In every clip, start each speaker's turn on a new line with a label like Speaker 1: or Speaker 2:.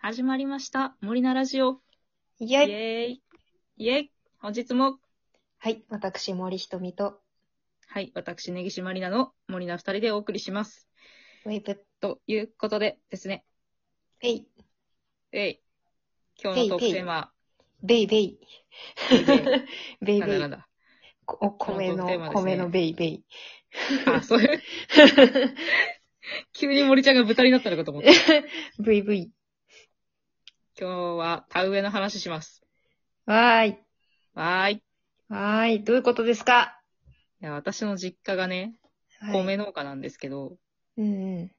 Speaker 1: 始まりました。森菜ラジオ。
Speaker 2: イ
Speaker 1: イ
Speaker 2: ェイ
Speaker 1: ェイ。イェイ。本日も、
Speaker 2: はい、私、森ひとみと、
Speaker 1: はい、私、根岸まりなの森菜二人でお送りします。
Speaker 2: ウェイプ、
Speaker 1: ということでですね、
Speaker 2: ペイ、
Speaker 1: えい。今日のトークテーマ、
Speaker 2: ベイベイ、ベイ
Speaker 1: なんだ
Speaker 2: ベ
Speaker 1: なん
Speaker 2: イ、
Speaker 1: だ。
Speaker 2: お米
Speaker 1: 今日の
Speaker 2: の、
Speaker 1: テーマですね
Speaker 2: 米のベイベイ。
Speaker 1: あ、そう いう、急に森ちゃんが豚になったのかと思った。
Speaker 2: ブイブイ。
Speaker 1: 今日は田植えの話します。
Speaker 2: わーい。
Speaker 1: わーい。い
Speaker 2: わーい。どういうことですか
Speaker 1: や、私の実家がね、
Speaker 2: はい
Speaker 1: 米農家なんですけど、
Speaker 2: うん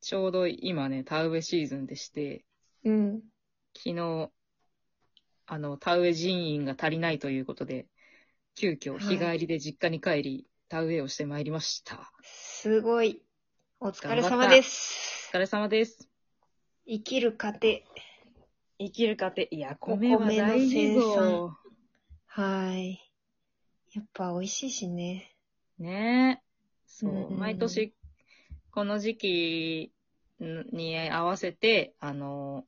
Speaker 1: ちょうど今ね、田植えシーズンでして、
Speaker 2: うん。うん。
Speaker 1: 昨日、あの、田植え人員が足りないということで、急
Speaker 2: は
Speaker 1: 遽
Speaker 2: い
Speaker 1: 日帰りで実家に帰り、田植えをしてまいりました。
Speaker 2: すごい。お疲れ
Speaker 1: 頑張っ
Speaker 2: 様
Speaker 1: た
Speaker 2: です
Speaker 1: お。疲れ様です。
Speaker 2: 生きる過程。
Speaker 1: 生きる過程、いや、
Speaker 2: お
Speaker 1: 米は
Speaker 2: 米の
Speaker 1: 大事
Speaker 2: 生
Speaker 1: ぞ。
Speaker 2: はーい。やっぱ美味しいしね。
Speaker 1: ねえ。そうう、
Speaker 2: ん
Speaker 1: 毎年、この時期に合わせて、あの、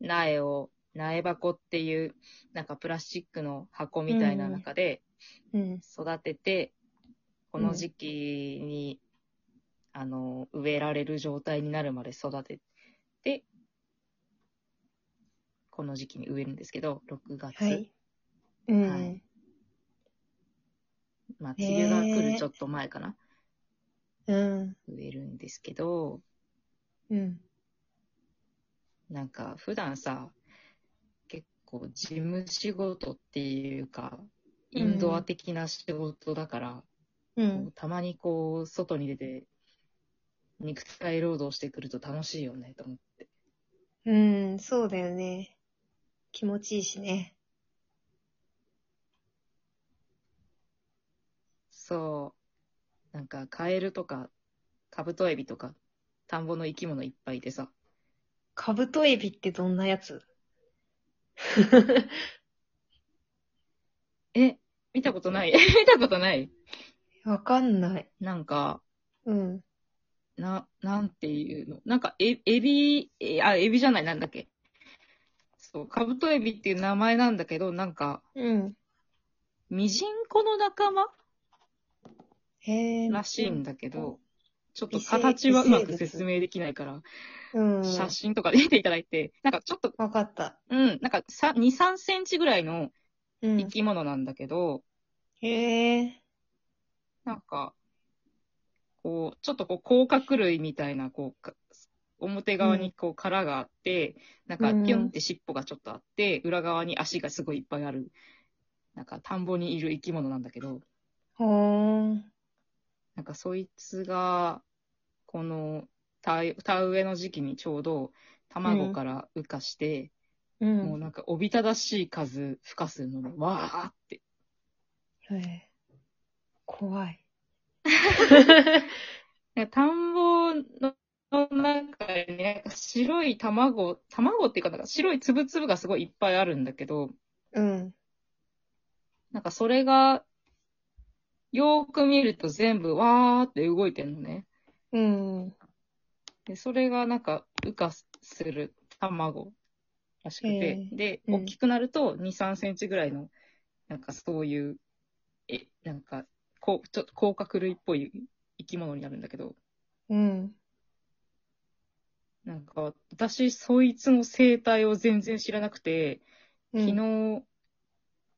Speaker 1: 苗を、苗箱っていう、なんかプラスチックの箱みたいな中で、
Speaker 2: うん。
Speaker 1: 育てて、こ
Speaker 2: う
Speaker 1: の
Speaker 2: ん
Speaker 1: 時期に、あの、植えられる状態になるまで育てて、この時期に植えるんですけど、6月、
Speaker 2: はい。うん。
Speaker 1: はいまあ、
Speaker 2: へ
Speaker 1: 梅雨
Speaker 2: ー
Speaker 1: が来るちょっと前かな、
Speaker 2: うん。
Speaker 1: 植えるんですけど、
Speaker 2: うん。
Speaker 1: なんか、普段さ、結構、事務仕事っていうか、インドア的な仕事だから、
Speaker 2: う。
Speaker 1: こうんたまにこう、外に出て、肉体労働してくると楽しいよね、と思って。
Speaker 2: うん。そうだよね。気持ちいいしね。
Speaker 1: そう。なんか、カエルとか、カブトエビとか、田んぼの生き物いっぱいいてさ。
Speaker 2: カブトエビってどんなや つ
Speaker 1: え、見たことない。 見たことない。
Speaker 2: わかんない。
Speaker 1: なんか、
Speaker 2: うん。
Speaker 1: な、なんていうの。なんか、え、エビ、えあ、エビじゃない、なんだっけ。そう、カブトエビっていう名前なんだけど、なんか、
Speaker 2: うん。
Speaker 1: ミジンコの仲間
Speaker 2: へえ。
Speaker 1: らしいんだけ
Speaker 2: う
Speaker 1: ど、ちょっと
Speaker 2: 微生
Speaker 1: 形はうまく
Speaker 2: 微生物
Speaker 1: 説明できないから、
Speaker 2: うん。
Speaker 1: 写真とかで見ていただいて、なんかちょっと、
Speaker 2: わかった。
Speaker 1: うん、なんかさ2、3センチぐらいの
Speaker 2: う
Speaker 1: 生
Speaker 2: ん。
Speaker 1: き物なんだけど、
Speaker 2: へえ。
Speaker 1: なんか、こう、ちょっとこう、甲殻類みたいな、こうか、表側にこう、殻があって、なんか、
Speaker 2: うん
Speaker 1: ピョンって尻尾がちょっとあって、裏側に足がすごいいっぱいある、なんか、田んぼにいる生き物なんだけど、
Speaker 2: ほーん。
Speaker 1: なんか、そいつが、この、田田植えの時期にちょうど、卵から孵化して、
Speaker 2: う。
Speaker 1: もうんなんか、おびただしい数、孵化するのに、わーって。
Speaker 2: へえ。怖い。
Speaker 1: なんか田んぼの中に、なんか白い卵、卵っていうか、なんか白い粒々がすごいいっぱいあるんだけど、
Speaker 2: うん。
Speaker 1: なんかそれが、よーく見ると全部わーって動いてんのね。
Speaker 2: うん。
Speaker 1: で、それがなんか、羽化する卵らしくて
Speaker 2: へ、ー
Speaker 1: で、
Speaker 2: うん
Speaker 1: 大きくなると2、3センチぐらいの、なんかそういう、え、なんか、こう、ちょっと甲殻類っぽい生き物になるんだけど、
Speaker 2: うん。
Speaker 1: なんか、私、そいつの生態を全然知らなくて、昨日、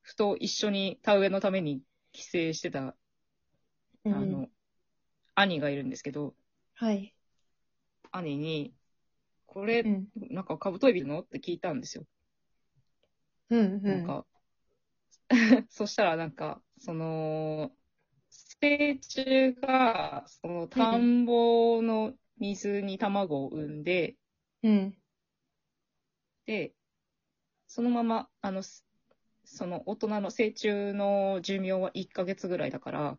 Speaker 1: ふと一緒に田植えのために帰省してた、
Speaker 2: うん、
Speaker 1: あの、兄がいるんですけど、
Speaker 2: はい。
Speaker 1: 兄に、こ
Speaker 2: う
Speaker 1: れ、
Speaker 2: ん。
Speaker 1: なんかカブトエビなのって聞いたんですよ。
Speaker 2: うん。う
Speaker 1: なんか、 そしたらなんか、その、成虫が、その田んぼの水に卵を産んで、
Speaker 2: うん。
Speaker 1: で、そのまま、あの、すその大人の成虫の寿命は1ヶ月ぐらいだから、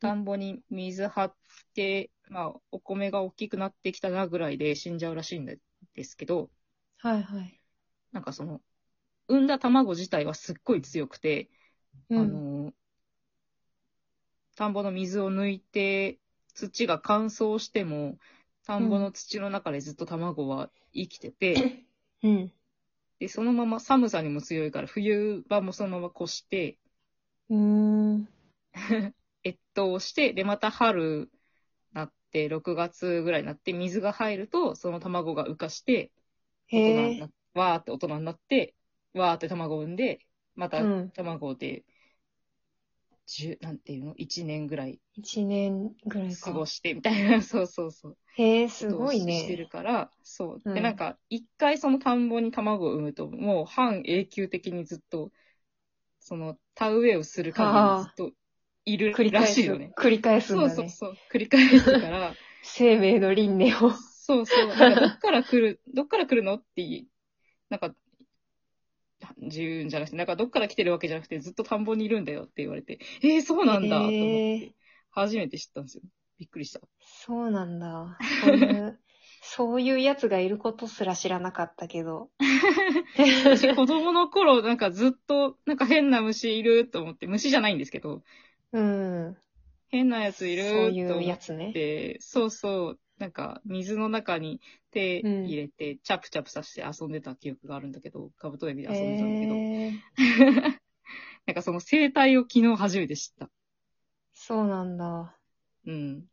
Speaker 1: 田んぼに水張って、まあ、お米が大きくなってきたなぐらいで死んじゃうらしいんでですけど、
Speaker 2: はいはい。
Speaker 1: なんかその、産んだ卵自体はすっごい強くて、
Speaker 2: うん。
Speaker 1: あの、田んぼの水を抜いて、土が乾燥しても、田んぼの土の中でずっと卵は生きてて、
Speaker 2: うん。
Speaker 1: で、そのまま寒さにも強いから、冬場もそのまま越して、
Speaker 2: うーん。
Speaker 1: 越冬して、で、また春なって、6月ぐらいになって、水が入ると、その卵が浮かして、大人
Speaker 2: へ
Speaker 1: にな
Speaker 2: え
Speaker 1: っ。わーって大人になって、わーって卵を産んで、また
Speaker 2: うん
Speaker 1: 卵で、十、なんていうの ?1 年ぐらい
Speaker 2: 一年ぐらいか。
Speaker 1: 過ごして、みたいな、 そうそうそう。
Speaker 2: へえ、すごい
Speaker 1: ことをして
Speaker 2: ね。
Speaker 1: るから、そう。
Speaker 2: う
Speaker 1: で、
Speaker 2: ん
Speaker 1: なんか、一回その田んぼに卵を産むと、もう半永久的にずっと、その、田植えをする限りずっといる
Speaker 2: 繰り
Speaker 1: ら
Speaker 2: 返
Speaker 1: し
Speaker 2: す。
Speaker 1: いよね。
Speaker 2: 繰り返すんだ
Speaker 1: そう
Speaker 2: ね。
Speaker 1: そうそう。繰り返すから、
Speaker 2: 生命の輪廻を。
Speaker 1: そうそう。だからどっから来る、どっから来るのってい、なんか、自由じゃなくて、なんかどっから来てるわけじゃなくて、ずっと田んぼにいるんだよって言われて、えー、そうなんだ、と思っ
Speaker 2: へー
Speaker 1: て、初めて知ったんですよ。びっくりした。
Speaker 2: そうなんだ。そ ういう、そういうやつがいることすら知らなかった けど。
Speaker 1: 私、子供の頃、なんかずっと、なんか変な虫いると思って、虫じゃないんですけど、
Speaker 2: うん。
Speaker 1: 変なやつい
Speaker 2: そう
Speaker 1: ると
Speaker 2: いう
Speaker 1: 思
Speaker 2: や
Speaker 1: っ
Speaker 2: つね。
Speaker 1: て、そうそう、なんか水の中に手
Speaker 2: うん
Speaker 1: 入れて、チャプチャプさせて遊んでた記憶があるんだけど、カブトエビで
Speaker 2: へ
Speaker 1: 遊んでたんだけど、
Speaker 2: え。
Speaker 1: なんかその生態を昨日初めて知った。
Speaker 2: そうなんだ。
Speaker 1: うん、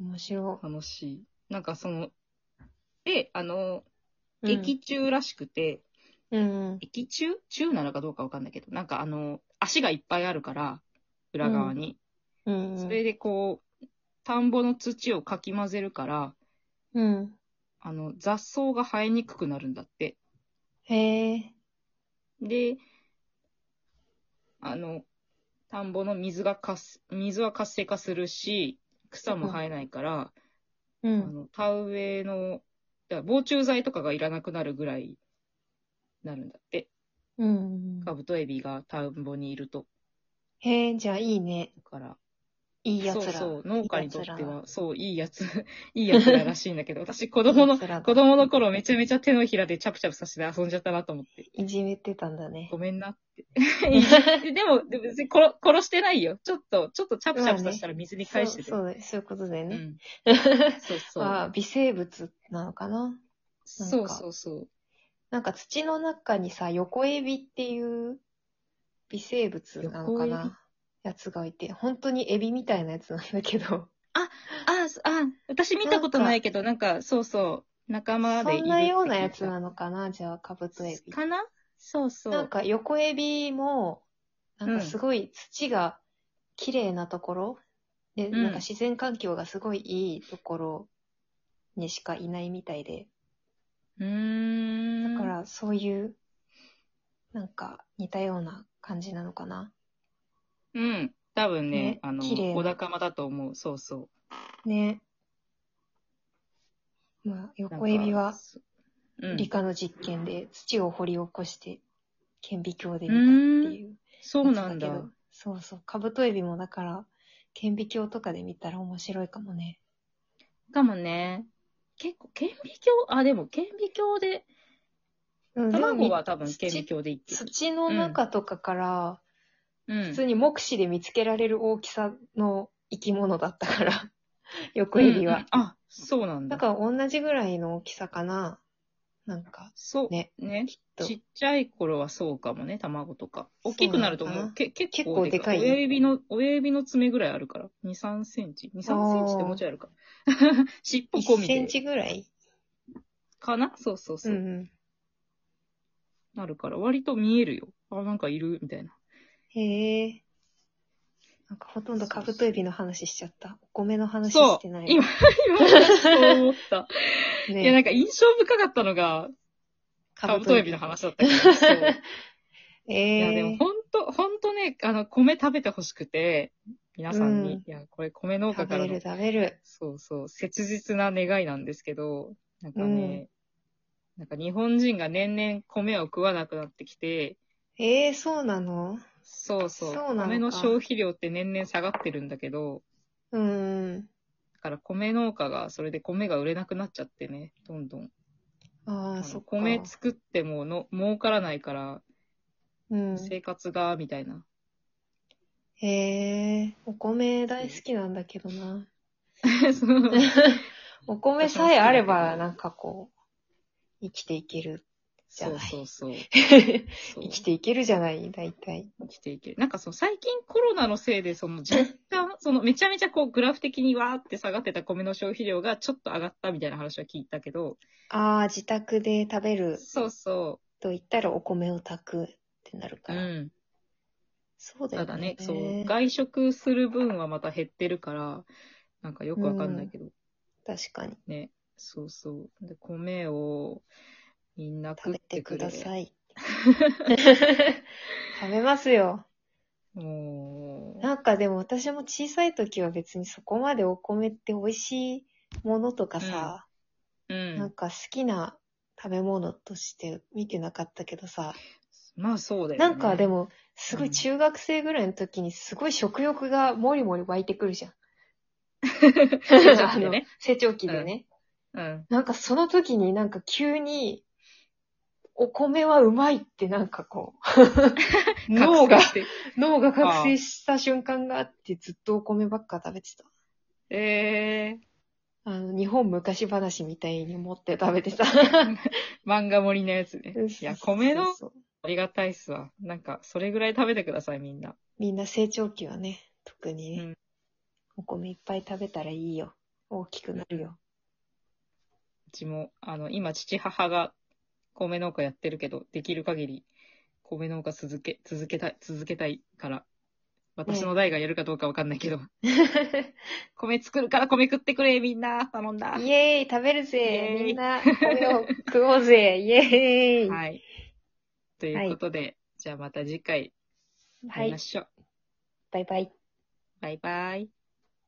Speaker 2: 面白
Speaker 1: 楽しい。なんかその、で、あの、
Speaker 2: い。うん
Speaker 1: 駅中らしくて、
Speaker 2: うん。
Speaker 1: 駅中中なのかどうかわかんないけど、なんかあの、足がいっぱいあるから、裏側に。
Speaker 2: うん。
Speaker 1: それでこう、田んぼの土をかき混ぜるから、
Speaker 2: うん。
Speaker 1: あの、雑草が生えにくくなるんだって。
Speaker 2: へえ。
Speaker 1: で、あの、田んぼの水がかす、水は活性化するし、草も生えないから、あ
Speaker 2: うん。
Speaker 1: の、田植えの、だから防虫剤とかがいらなくなるぐらいなるんだって。
Speaker 2: うん。
Speaker 1: カブトエビが田んぼにいると。
Speaker 2: へえ、じゃあいいね。
Speaker 1: だから、
Speaker 2: いいやつ
Speaker 1: そ
Speaker 2: ら。
Speaker 1: うそう、農家にとって
Speaker 2: いいや
Speaker 1: は、そう、いいやつ、 いいやつららしいんだけど、私、子供の、
Speaker 2: いいやつらだ
Speaker 1: 子供の頃めちゃめちゃ手のひらでチャプチャプさせて遊んじゃったなと思って、
Speaker 2: いじめてたんだね
Speaker 1: ご。めんなって。 ででも、でも別に殺殺してないよ。ちょっと、ちょっとチャプチャプさせたら水に返してて。
Speaker 2: そうそうだそういうことだよ
Speaker 1: う
Speaker 2: ね。
Speaker 1: ん。 そうそう。
Speaker 2: まあ、微生物なのかな。
Speaker 1: そうそうそう。
Speaker 2: なんか土の中にさ、横エビっていう微生物なのか
Speaker 1: 横エビ
Speaker 2: なやつがいて、本当にエビみたいなやつなんだけど、
Speaker 1: あ、そあ、私見たことないけど、なんか、そうそう、仲間でいるって聞い
Speaker 2: そ
Speaker 1: た。
Speaker 2: んなようなやつなのかなじゃあ、カブトエビ。
Speaker 1: かなそうそう。
Speaker 2: なんか横エビも、なん
Speaker 1: うん
Speaker 2: かすごい土が綺麗なところ、で、
Speaker 1: うん
Speaker 2: なんか自然環境がすごいいいところにしかいないみたいで、
Speaker 1: うーん。
Speaker 2: だか、らそういう、なんか似たような感じなのかな。
Speaker 1: うん。多分ね、
Speaker 2: ね
Speaker 1: あの、
Speaker 2: 綺麗な
Speaker 1: 小高間だと思う。そうそう。
Speaker 2: ね。まあ、
Speaker 1: なんか
Speaker 2: 横エビは、
Speaker 1: うん
Speaker 2: 理科の実験で土を掘り起こして顕微鏡で見たっていう。
Speaker 1: そうなんだ
Speaker 2: やつ。けど。そうそう。カブトエビもだから、顕微鏡とかで見たら面白いかもね。
Speaker 1: かもね。結構、顕微鏡あ、でも、顕微鏡で、
Speaker 2: うん
Speaker 1: 卵は
Speaker 2: で
Speaker 1: 多
Speaker 2: も
Speaker 1: 分
Speaker 2: み
Speaker 1: 顕微鏡でいって
Speaker 2: 土
Speaker 1: る。
Speaker 2: 土の中とかから、
Speaker 1: う
Speaker 2: 普
Speaker 1: ん
Speaker 2: 通。に目視で見つけられる大きさの生き物だったから、横エビ
Speaker 1: う
Speaker 2: は。
Speaker 1: んうんあ、そうなんだ。
Speaker 2: だから同じぐらいの大きさかな。なんか、
Speaker 1: そう。ね
Speaker 2: ね。と
Speaker 1: ちっちゃい頃はそうかもね、卵とか。大きくなると
Speaker 2: そうな
Speaker 1: も
Speaker 2: の
Speaker 1: う
Speaker 2: か
Speaker 1: け
Speaker 2: な
Speaker 1: 結構
Speaker 2: 結構でかい
Speaker 1: 親指の、親指の爪ぐらいあるから。2、3センチ。2、3センチってもうちょいあるか。尻尾込
Speaker 2: 1
Speaker 1: み
Speaker 2: セン
Speaker 1: で。
Speaker 2: チぐらい
Speaker 1: かなそうそうそうう。
Speaker 2: んうん。
Speaker 1: なるから、割と見えるよ。あ、なんかいるみたいな。
Speaker 2: へえ。なんかほとんどカブトエビの話しちゃった。お米の話
Speaker 1: そう。
Speaker 2: してな
Speaker 1: 今、
Speaker 2: い。
Speaker 1: 今、そう思った。
Speaker 2: ね
Speaker 1: いや、なんか印象深かったのが、カブトエビの。話だった けど。そういや、
Speaker 2: え
Speaker 1: でも
Speaker 2: え。
Speaker 1: 本当本当ね、あの、米食べてほしくて、皆さんに、
Speaker 2: うん
Speaker 1: いや、これ米農家
Speaker 2: 食
Speaker 1: から
Speaker 2: べ
Speaker 1: の
Speaker 2: る、食べる。
Speaker 1: そうそう、切実な願いなんですけど、なんかね、なんか日本人が年々米を食わなくなってきて、
Speaker 2: ええ、そうなの
Speaker 1: そうそう、
Speaker 2: そうなのか
Speaker 1: 米の消費量って年々下がってるんだけど、
Speaker 2: うん。
Speaker 1: だから米農家が、それで米が売れなくなっちゃってね、どんどん。
Speaker 2: あ
Speaker 1: あ
Speaker 2: あ、
Speaker 1: の
Speaker 2: そっか。
Speaker 1: 米作ってもの儲からないから、
Speaker 2: うん。
Speaker 1: 生活が、みたいな。
Speaker 2: へえ、お米大好きなんだけどな。
Speaker 1: そう
Speaker 2: お米さえあれば、なんかこう、生きていける。 じゃ
Speaker 1: そう
Speaker 2: ない
Speaker 1: そうそう。
Speaker 2: 生
Speaker 1: そう
Speaker 2: きていけるじゃない、大体。
Speaker 1: 生きていける。なんかその最近コロナのせいで、その若 干、そのめちゃめちゃこうグラフ的にわーって下がってた米の消費量がちょっと上がったみたいな話は聞いたけど、
Speaker 2: ああ、自宅で食べる
Speaker 1: そうそ
Speaker 2: と言ったらお米を炊くってなる
Speaker 1: う。
Speaker 2: か
Speaker 1: う
Speaker 2: ら。
Speaker 1: ん。
Speaker 2: そうだ
Speaker 1: た
Speaker 2: よね。
Speaker 1: だね、そう、外食する分はまた減ってるから、なんかよくわかんないけど、
Speaker 2: 確かに。
Speaker 1: ね。そうそう。で、米をみんな
Speaker 2: 食
Speaker 1: 食っ
Speaker 2: べて
Speaker 1: て
Speaker 2: く
Speaker 1: く
Speaker 2: だ
Speaker 1: れ。
Speaker 2: さい。 食べますよ。
Speaker 1: もう、
Speaker 2: なんかでも私も小さい時は別にそこまでお米って美味しいものとかさ、
Speaker 1: う
Speaker 2: なん
Speaker 1: ん。
Speaker 2: か好きな食べ物として見てなかったけどさ、
Speaker 1: まあそうだよね。
Speaker 2: なん かで、もすご
Speaker 1: う
Speaker 2: い
Speaker 1: ん
Speaker 2: 中学生ぐらいの時にすごい食欲がもりもり湧いてくるじゃん。
Speaker 1: 成長期
Speaker 2: あ
Speaker 1: で
Speaker 2: の
Speaker 1: ね。
Speaker 2: 成長期でね。
Speaker 1: うん。
Speaker 2: なんかその時になんか急に、お米はうまいってなんかこう、脳が
Speaker 1: 覚醒、して
Speaker 2: 脳が覚醒した瞬間があってずっとお米ばっか食べてた。
Speaker 1: え
Speaker 2: あの、日本昔話みたいに持って食べてた。
Speaker 1: ー、漫画盛りのやつね。い や、米の
Speaker 2: そうそう
Speaker 1: ありがたいっすわ。なんか、それぐらい食べてください、みんな。
Speaker 2: みんな成長期はね、特にね、
Speaker 1: うん
Speaker 2: お米いっぱい食べたらいいよ。大きくなる よ。
Speaker 1: うちも、あの、今、父母が米農家やってるけど、できる限り、米農家続け、続けたい、続けたいから、私の代がやるかどうかわかんないけど、米作るから米食ってくれ、みんな、頼んだ。
Speaker 2: イエーイ食べるぜ
Speaker 1: イエーイ
Speaker 2: みんな米を食おうぜイエーイ、
Speaker 1: はい。ということで、じゃあまた次回
Speaker 2: は
Speaker 1: 会い
Speaker 2: い
Speaker 1: ま、しょう。
Speaker 2: バイバイ。
Speaker 1: バイバイ。